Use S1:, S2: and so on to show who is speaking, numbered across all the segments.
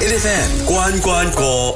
S1: FM 關關過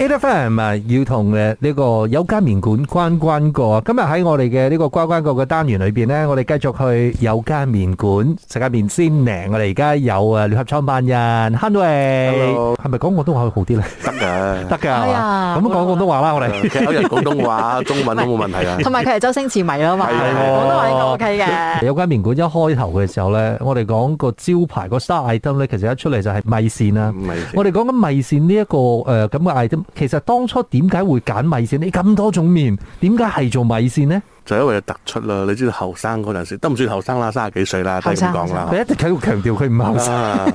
S2: A F M 啊，要同誒呢個有間麵館關關過啊！今日喺我哋嘅呢個關關過嘅單元裏邊呢，我哋繼續去有間麵館食下麵先靚。我哋而家有誒聯合創辦人 Henry，
S3: Hello
S2: 係咪講廣東話會好啲 呢？
S3: 得嘅
S2: 得㗎係
S4: 哎
S2: 嘛？
S4: 呀
S2: 咁講廣東話啦， 我哋。
S3: 其實有人廣 東話、中文都冇問題啊。
S4: 同埋佢係周星馳迷啊啦嘛，
S3: 係啊喎
S4: 廣東話應該 OK
S3: 啊
S4: 嘅。
S2: 有間麵館一開頭嘅時候呢，我哋講個招牌個 star item 咧，其實一出嚟就係米線啦。
S3: 唔係
S2: 我哋講緊米線呢、一個誒咁嘅 item，其實當初點解會揀米線？你咁多種麵，點解係做米線呢？
S3: 就因為突出啦，你知道後生嗰陣時都唔算後生啦，三十幾歲啦，都係咁講啦
S2: 佢。一直喺度強調佢唔後生。
S3: 啊，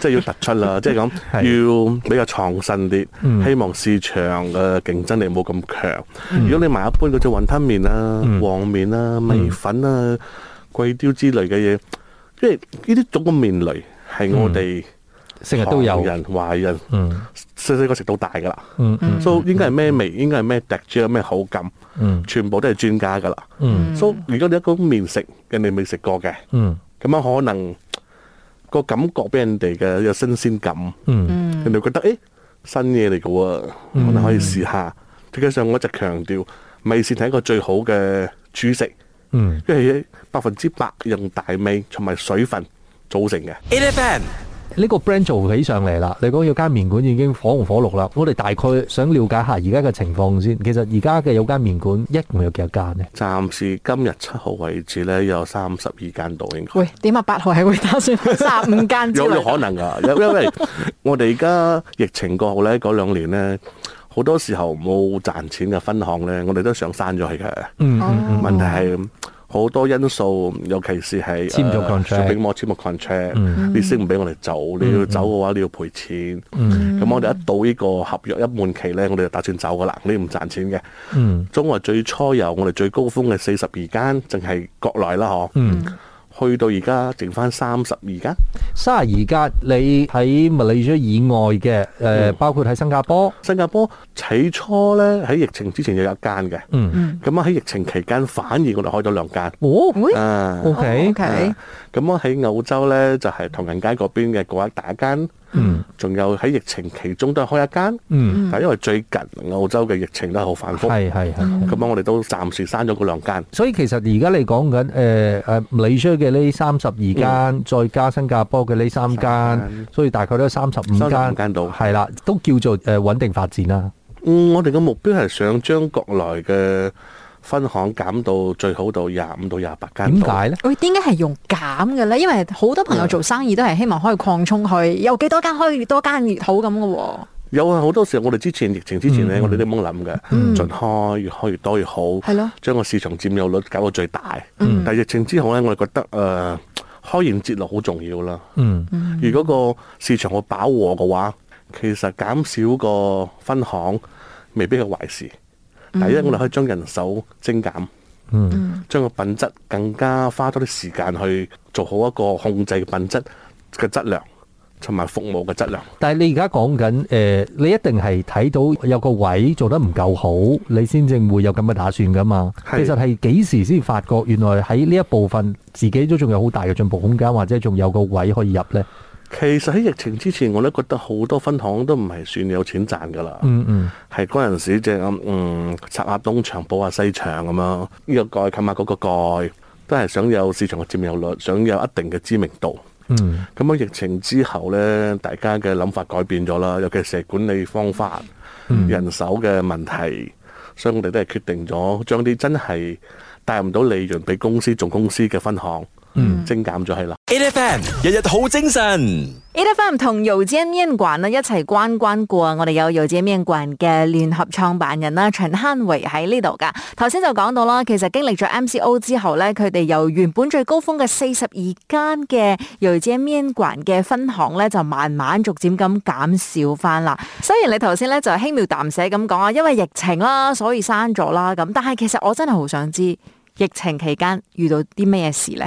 S3: 即係要突出 啦，即係咁要比較創新
S2: 嗯
S3: 啲，希望市場嘅競爭力冇咁強。如果你賣一般嗰種雲吞啊麵啦
S2: 嗯、
S3: 黃麵啦、米粉啦、貴雕之類嘅嘢，因為呢啲種嘅麵類係我哋
S2: 成啊日都有
S3: 唐。人華人
S2: 嗯
S3: 細細個食到大㗎啦。
S2: 嗯嗯
S3: 所以應該係咩味，應該係咩特質，有咩口感，
S2: 嗯
S3: 全部都係專家噶啦。
S2: 嗯
S3: 所以如果你一個麵食，人哋未食過嘅，
S2: 嗯
S3: 咁樣可能個感覺俾人哋嘅有新鮮感，
S2: 嗯
S3: 人哋覺得誒、欸新嘢嚟嘅喎，可能可以試下。再加上我一直強調，米線係一個最好嘅主食，
S2: 嗯
S3: 因為百分之百用大米同埋水分組成嘅。
S1: ，A F M
S2: 呢個 brand 做起上嚟啦，你講有間麵館已經火紅火綠啦。我哋大概想了解下而家嘅情況先。其實而家嘅有間麵館一共有幾多間呢？
S3: 暫時今日七號為止呢，有三十二間度應該。
S4: 喂，點啊？八號係會打算三五間之
S3: 有有
S4: 類，
S3: 可能㗎，因因為我哋而家疫情過後咧，嗰兩年咧，好多時候冇賺錢嘅分行咧，我哋都想刪咗佢嘅。
S2: 嗯
S4: 哦
S3: 問題係好多因素，尤其是係
S2: 簽咗 contract 嗯
S3: 俾我簽個 contract，你先唔俾我哋走，你要走嘅話你要賠錢。
S2: 嗯
S3: 咁我哋一到呢個合約一滿期咧，我哋就打算走㗎啦，你唔賺錢嘅。
S2: 嗯
S3: 中華最初由我哋最高峰嘅四十二間，淨係國內啦嗬，
S2: 嗯，
S3: 去到而家剩翻三十二間。
S2: 三十二間，你喺馬來西亞以外嘅誒，包括喺新加坡。
S3: 新加坡起初咧喺疫情之前有一間嘅，
S2: 嗯，
S3: 咁啊喺疫情期間反而我哋開咗兩間。
S2: 哦
S4: 會哦
S3: 啊，
S2: O K，
S4: OK，
S3: 咁我喺澳洲咧就係唐人街嗰邊嘅嗰一打間，
S2: 嗯
S3: 仲有喺疫情期中都係開一間，
S2: 嗯，
S3: 但因為最近啊澳洲嘅疫情都係好反覆，
S2: 係係係。
S3: 咁啊我哋都暫時閂咗嗰兩間。
S2: 所以其實而家你講緊誒誒馬來西呃亞嘅呢三十二間，再加新加坡嘅呢三
S3: 三
S2: 間
S3: 間，
S2: 所以大概都三十五間
S3: 35間到
S2: 係啦，都叫做誒穩定發展啦。
S3: 嗯，我哋嘅目標係想將國內嘅分行減到最好到廿五到廿八間。
S2: 點解？呢？
S4: 喂，點解係用減嘅咧？因為好多朋
S3: 啊
S4: 友做生意都係希望可以擴充去，有幾多間可以越多間越好咁嘅喎。
S3: 有啊，好多時候我哋之前疫情之前咧，我哋都咁諗嘅，盡開越開越多越好，
S4: 係咯
S3: 將個市場佔有率搞到最大。但係疫情之後咧，我哋覺得誒、呃、開源節流好重要啦。
S2: 嗯
S3: 如果個市場好飽和嘅話，其實減少個分行未必係壞事。第一，我哋可以將人手精減，
S2: 嗯
S3: 將個品質更加花多啲時間去做好一個控制品質嘅質量，同埋服務嘅質量。
S2: 但係你而家講緊誒，你一定係睇到有個位做得唔夠好，你先至會有咁嘅打算噶嘛。其
S3: 係
S2: 實係幾時先發覺原來喺呢一部分自己都仲有好大嘅進步空間，或者仲有個位可以入呢？
S3: 其實喺疫情之前，我都覺得好多分行都唔係算有錢賺㗎啦。
S2: 嗯嗯
S3: 係嗰陣時即係咁，嗯，拆下東牆補下西牆咁樣，呢個蓋冚下嗰個蓋，都係想有市場嘅佔有率，想有一定嘅知名度。
S2: 嗯
S3: 咁喺疫情之後呢，大家嘅諗法改變咗啦，尤其是管理方法、人手嘅問題，所以我哋都係決定咗將啲真係帶唔到利潤俾公司、總公司嘅分行，精減咗係啦。
S1: A F M 日日好精神
S4: A F M 同油煎麵館呢一齊關關過啊，我哋有油煎麵館嘅聯合創辦人啦，陳漢維喺呢度噶。頭先就講到啦，其實經歷咗 M C O 之後呢，佢哋由原本最高峰嘅四十二間嘅油煎麵館嘅分行呢，就慢慢逐漸咁減少翻啦。雖然你頭先呢就輕描淡寫咁講啊，因為疫情啦，所以刪咗啦咁，但係其實我真係好想知疫情期間遇到啲咩事呢？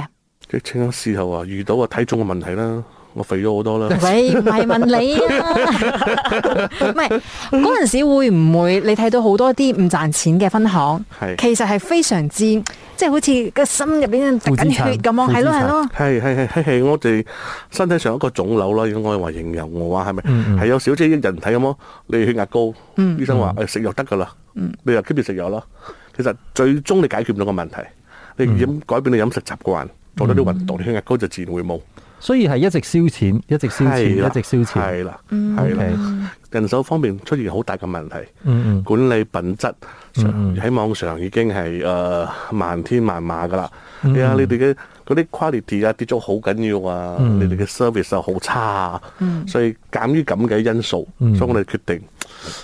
S3: 疫情嘅時候啊，遇到啊體重嘅問題啦，我肥咗好 多啦。
S4: 喂，唔係問你啊，唔係嗰陣時會唔會你睇到好多啲唔賺錢嘅分行，
S3: 係
S4: 其實係非常之即係好似個心入邊滴緊血
S2: 負
S4: 咁咯，
S2: 資產
S4: 係咯係咯，
S3: 係係係係係，我哋身體上一個腫瘤啦，如果我哋話形容嘅話係咪？係、
S2: 嗯
S3: 有少少益人體咁咯。你血壓高，醫生話誒
S2: 嗯
S3: 食藥得㗎啦，你又 keep 住食藥啦。其實最終你解決唔到個問題，你
S2: 嗯
S3: 飲改變你飲食習慣，做多啲運動，你血壓高就自然會冇。
S2: 所以係一直燒錢，一直燒錢，
S3: 係啦
S2: 一直燒錢。嗯
S3: 係啦，係
S2: OK
S3: 啦。人手方面出現好大嘅問題，
S2: 嗯
S3: 管理品質上喺網上已經係誒、呃漫天漫馬㗎啦。係啊，你哋嘅嗰啲 quality 啊跌咗好緊要啊，你哋嘅 service 啊好差啊，所以鑑於咁嘅因素，所以我哋決定誒、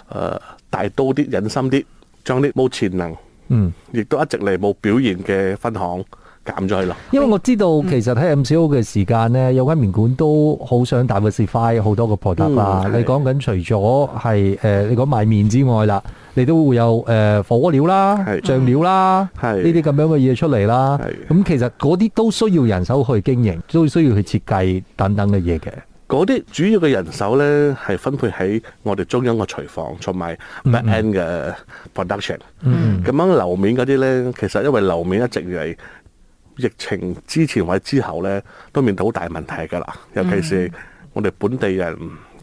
S3: 呃大刀啲、忍心啲，將啲冇潛能，
S2: 嗯，
S3: 亦都一直嚟冇表現嘅分行減咗佢咯。
S2: 因為我知道
S3: 嗯
S2: 其實喺 MCO 嘅時間呢，有間麵館都好想 diversify 好多個 product 啦。
S3: 嗯係
S2: 你講緊除咗係誒你講賣面之外啦，你都會有誒、呃火鍋料啦、
S3: 係
S2: 醬料啦，
S3: 係
S2: 呢啲咁樣嘅嘢出嚟啦。
S3: 係
S2: 咁其實嗰啲都需要人手去經營，都需要去設計等等嘅嘢嘅。
S3: 嗰啲主要嘅人手咧係分配喺我哋中央嘅廚房同埋 back end 嘅 production。
S2: 嗯
S3: 咁樣樓面嗰啲咧，其實因為樓面一直以嚟疫情之前或者之後咧，都面對好大問題㗎啦。尤其是我哋本地人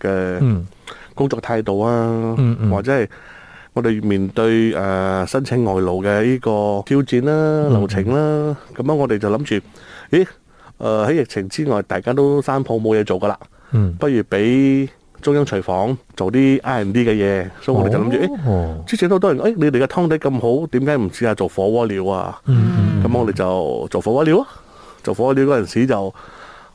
S3: 嘅
S2: 嗯
S3: 工作態度啊，
S2: 嗯嗯
S3: 或者係我哋面對誒、呃申請外勞嘅呢個挑戰啦、流程啦，咁樣我哋就諗住，咦誒喺、疫情之外，大家都三鋪冇嘢做㗎啦。
S2: 嗯，
S3: 不如俾中央廚房做啲 R&D 嘅嘢，所以我哋就諗住，誒、
S2: 哦
S3: 之前都好多人，誒、哎你哋嘅湯底咁好，點解唔試下做火鍋料啊？咁、
S2: 嗯
S3: 我哋就做火鍋料啊！做火鍋料嗰陣時就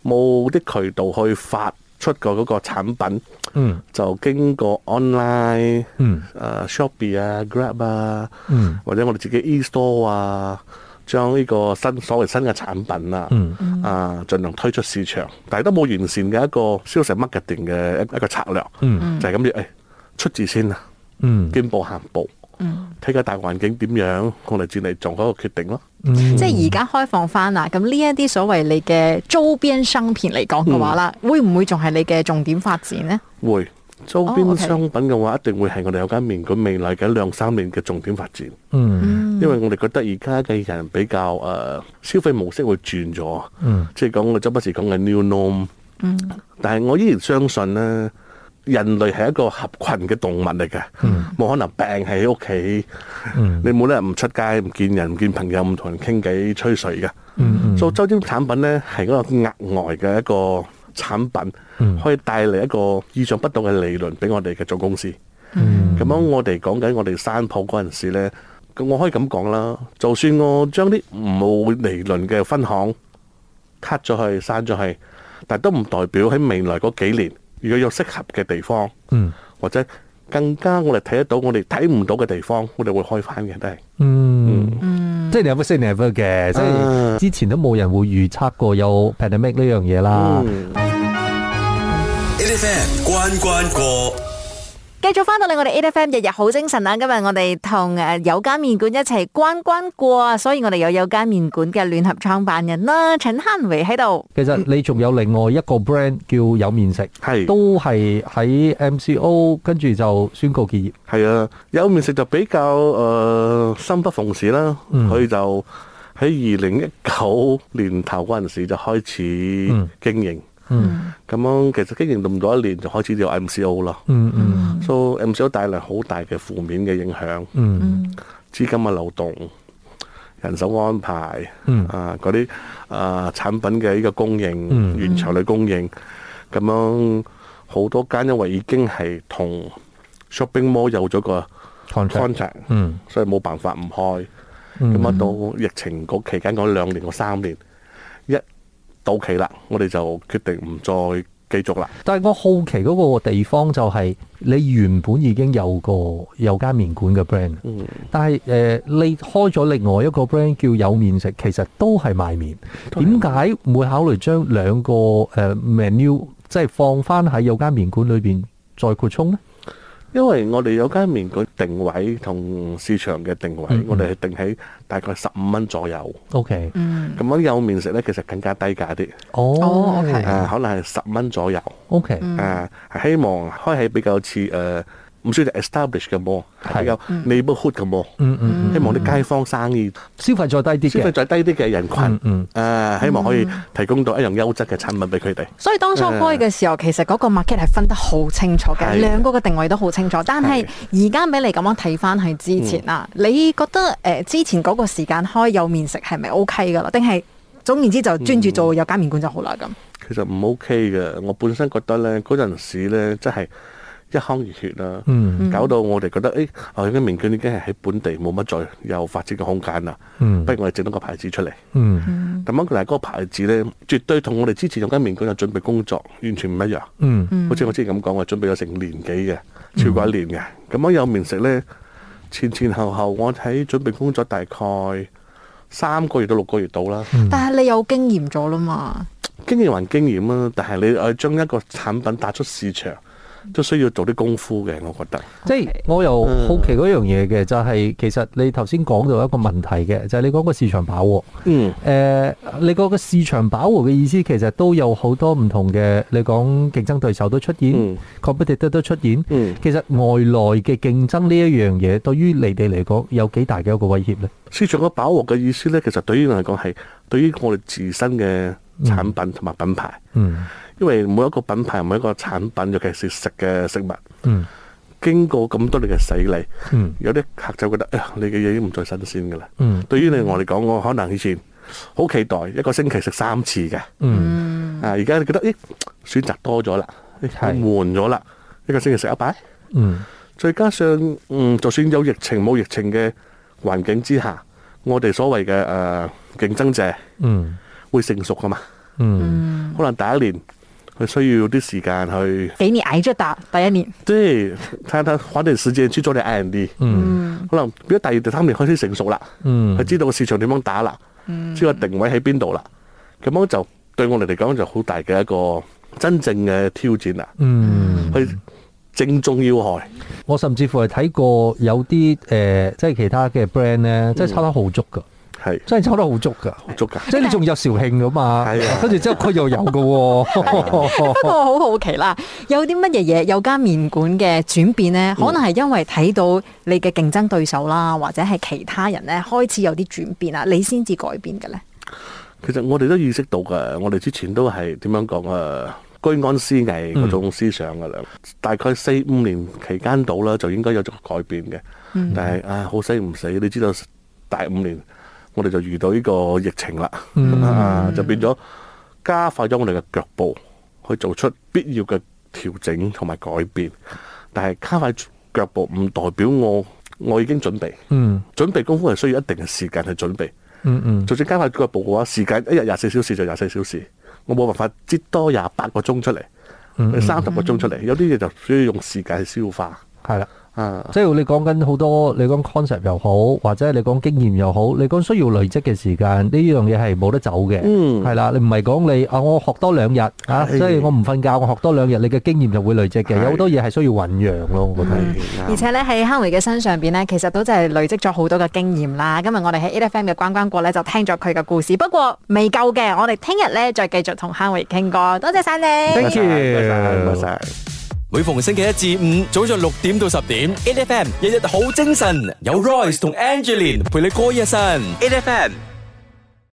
S3: 冇啲渠道去發出個嗰個產品，
S2: 嗯
S3: 就經過 online、
S2: 嗯
S3: 誒 Shopee 啊、Grab 啊，
S2: 嗯
S3: 或者我哋自己 e-store 啊，將呢個新所謂新嘅產品啊，
S2: 嗯
S3: 啊，盡量推出市場，但係都冇完善嘅一個銷售 marketing 嘅一一個策略，
S2: 嗯
S3: 就係咁樣誒出字先啊，
S2: 嗯
S3: 見步行步，
S4: 嗯
S3: 睇下大環境點樣，我哋先嚟做嗰個決定咯。
S2: 嗯，
S4: 即係而家開放翻啦。咁呢一啲所謂你嘅周邊商品嚟講嘅話啦，
S2: 嗯
S4: 會唔會仲係你嘅重點發展呢？
S3: 會周
S4: 哦
S3: 邊
S4: ，OK
S3: 商品嘅話，一定會係我哋有間麵館未來嘅兩三年嘅重點發展，
S2: 嗯
S3: 因為我哋覺得而家嘅人比較誒、呃消費模式會轉咗，
S2: 嗯
S3: 即係講我周不時講嘅 new norm。但係我依然相信咧，人類係一個合群嘅動物嚟嘅，冇可能病喺屋企。
S2: 嗯
S3: 你冇理由唔出街，唔見人，唔見朋友，唔同人傾偈吹水嘅。
S2: 嗯嗯
S3: 所以周邊產品咧係一個額外嘅一個產品，可以帶嚟一個意想不到嘅利潤俾我哋嘅總公司。
S2: 嗯
S3: 咁樣我哋講緊我哋山鋪嗰陣時咧，咁我可以咁講啦。就算我將啲冇利潤嘅分行 cut 咗去、刪咗去，但都唔代表喺未來嗰幾年，如果有適合嘅地方，
S2: 嗯
S3: 或者更加我哋睇得到我哋睇唔到嘅地方，我哋會開翻嘅，都係。
S2: 嗯即係 never say never 嘅，即係
S3: 啊
S2: 之前都冇人會預測過有 pandemic 呢樣嘢啦。
S3: 嗯
S1: 8FM 關關過
S4: 繼續翻到嚟我哋 A F M 日日好精神啊啦！今日我哋同誒有間麵館一齊關關過啊，所以我哋有有間麵館嘅聯合創辦人啦，陳漢偉喺度。
S2: 其實你仲有另外一個 brand 叫有面食，
S3: 係
S2: 都係喺 MCO 跟住就宣告結業。
S3: 係啊，有面食就比較誒、呃、生不逢時啦。
S2: 嗯
S3: 佢、就喺二零一九年頭嗰陣時就開始
S2: 嗯
S3: 經營，
S2: 嗯
S3: 咁、樣其實經營到唔到一年就開始有 MCO 啦。
S2: 嗯嗯
S3: so MCO 帶嚟好大嘅負面嘅影響，
S2: 嗯
S3: 資金嘅流動、人手安排，
S2: 嗯
S3: 啊嗰啲啊產品嘅呢個供應、
S2: 嗯
S3: 原材料供應，咁樣好多間因為已經係同 shopping mall 有咗個
S2: contract
S3: contract。
S2: 嗯
S3: 所以冇辦法唔開。
S2: 嗯
S3: 咁啊，到疫情嗰期間嗰兩年嗰三年一到期啦，我哋就決定唔再繼續啦。
S2: 但係我好奇嗰個地方就係你原本已經有個有間麵館嘅 brand，
S3: 嗯，
S2: 但係誒、呃你開咗另外一個 brand 叫有面食，其實都係賣面。點解唔會考慮將兩個誒、呃 menu 即係放翻喺有間麵館裏邊再擴充呢？
S3: 因為我哋有間麵館定位同市場嘅定位，
S2: 嗯嗯
S3: 我哋係定喺大概十五蚊左右。
S2: O K，
S4: 嗯
S3: 咁樣有麵食呢，其實更加低價啲，
S2: 哦嗯
S4: ，OK
S3: 誒、可能係十蚊左右。
S2: ，O K，
S3: 誒、係希望開喺比較似誒唔需要就 establish 嘅 mall，
S2: 係
S3: 係比較 neighborhood 嘅 mall，
S2: 嗯嗯，
S3: 希望啲街坊生意
S2: 消費再低
S3: 消
S2: 啲
S3: 費
S2: 嘅，
S3: 再低啲嘅人
S2: 嗯
S3: 群，
S2: 嗯，
S3: 誒希望可以提供到一樣優質嘅產品俾佢哋。
S4: 所以當初開嘅時候，其實嗰個 market 係分得好清楚嘅，
S3: 係
S4: 兩個嘅定位都好清楚。但係而家俾你咁樣睇翻係之前啦，你覺得誒、呃之前嗰個時間開有面食係咪 OK 噶啦？定係總言之就專注做有間麵館就好啦咁。
S3: 其實唔 OK 嘅，我本身覺得咧嗰陣時咧，真係一腔熱血啦，
S2: 嗯
S3: 搞到我哋覺得哎啊誒，我嘅名券已經係喺本地冇乜再有發展嘅空間啦，
S2: 嗯
S3: 不如我哋整多個牌子出嚟。
S2: 嗯
S3: 咁樣但係嗰個牌子咧，絕對同我哋之前用緊名券嘅準備工作完全唔一樣。
S2: 嗯
S3: 好似我之前咁講，我準備咗成年幾嘅，超過一年嘅。咁樣有面食咧，前前後後我喺準備工作大概三個月到六個月到啦。
S4: 但係你有經驗咗啦嘛，
S3: 經驗還經驗啦，啊但係你誒呃將一個產品打出市場，都需要做啲功夫嘅，我覺得。
S2: 即係我又
S3: 嗯
S2: 好奇嗰樣嘢嘅，就係其實你頭先講到一個問題嘅，就係你講個市場飽和。
S3: 嗯，
S2: 誒、呃你個個市場飽和嘅意思，其實都有好多唔同嘅，你講競爭對手都出現、
S3: 嗯
S2: c o m p e t i t o r 都出現。
S3: 嗯
S2: 其實外來嘅競爭呢一樣嘢，對於你哋嚟講有幾大嘅一個威脅呢？
S3: 市場嘅飽和嘅意思呢，其實對於我嚟講係對於我哋自身嘅產品同埋品牌，
S2: 嗯
S3: 因為每一個品牌每一個產品，尤其是食嘅食物，
S2: 嗯
S3: 經過咁多年嘅洗禮，
S2: 嗯
S3: 有啲客就覺得，哎呀，你嘅嘢已經唔再新鮮㗎啦。
S2: 嗯
S3: 對於你我嚟講，我可能以前好期待一個星期食三次嘅，
S2: 嗯
S3: 啊，而家你覺得，咦，選擇多咗啦，咦
S2: 係
S3: 換咗啦，一個星期食一擺。
S2: 嗯
S3: 再加上嗯，就算有疫情冇疫情嘅環境之下，我哋所謂嘅誒、呃、競爭者
S2: 嗯
S3: 會成熟噶嘛？
S2: 嗯
S3: 可能第一年佢需要啲時間去，
S4: 俾你捱咗打第一年，
S3: 即係睇下花啲時間去做啲 R&D，
S2: 嗯
S3: 可能變咗第二、第三年開始成熟啦，佢
S2: 嗯
S3: 知道個市場點樣打啦，知道定位喺邊度啦，咁樣就對我哋嚟講就好大嘅一個真正嘅挑戰啦，
S2: 嗯。
S3: 去正中要害。
S2: 我甚至乎係睇過有啲誒、呃即係其他嘅 brand 咧，
S3: 嗯
S2: 即係抄得好足㗎，
S3: 係
S2: 真係抄得好足㗎。
S3: 足㗎，
S2: 即係你仲有肇慶㗎嘛
S3: 係啊，
S2: 跟住之後佢又有㗎喎。
S4: 不過我好好奇啦，有啲乜嘢嘢有間麵館嘅轉變呢？可能係因為睇到你嘅競爭對手啦，或者係其他人呢開始有啲轉變啊，你先至改變嘅呢。
S3: 其實我哋都意識到嘅，我哋之前都係點樣講啊？居安思危嗰種思想㗎啦，大概四五年期間到啦，就應該有咗改變嘅。但係啊，好死唔死，你知道大五年，我哋就遇到呢個疫情啦，啊就變咗加快咗我哋嘅腳步，去做出必要嘅調整同埋改變。但係加快腳步唔代表我我已經準備，
S2: 嗯
S3: 準備功夫係需要一定嘅時間去準備。
S2: 嗯嗯
S3: 就算加快腳步嘅話，時間一日廿四小時就廿四小時，我冇辦法擠多廿八個鐘出嚟，三十個鐘出嚟，有啲嘢就需要用時間去消化
S2: 係啦。
S3: 啊。
S2: 即係你講緊好多，你講 concept 又好，或者你講經驗又好，你講需要累積嘅時間，呢樣嘢係冇得走嘅，
S3: 嗯
S2: 係啦、你唔係講你啊，我學多兩日啊，
S3: 係
S2: 即係我唔瞓覺，我學多兩日，你嘅經驗就會累積嘅。
S3: 係
S2: 有好多嘢係需要醖釀咯，我覺得。
S4: 而且咧喺亨維嘅身上邊咧，其實都真係累積咗好多嘅經驗啦。今日我哋喺 A F M 嘅關關過咧，就聽咗佢嘅故事，不過未夠嘅，我哋聽日咧再繼續同亨維傾過。多謝晒你。
S2: Thank you
S3: 多謝多謝。
S1: 每逢星期一至五早上六點到十點，A F M 日日好精神，有 Royce 同 Angeline 陪你過一晨，A F M。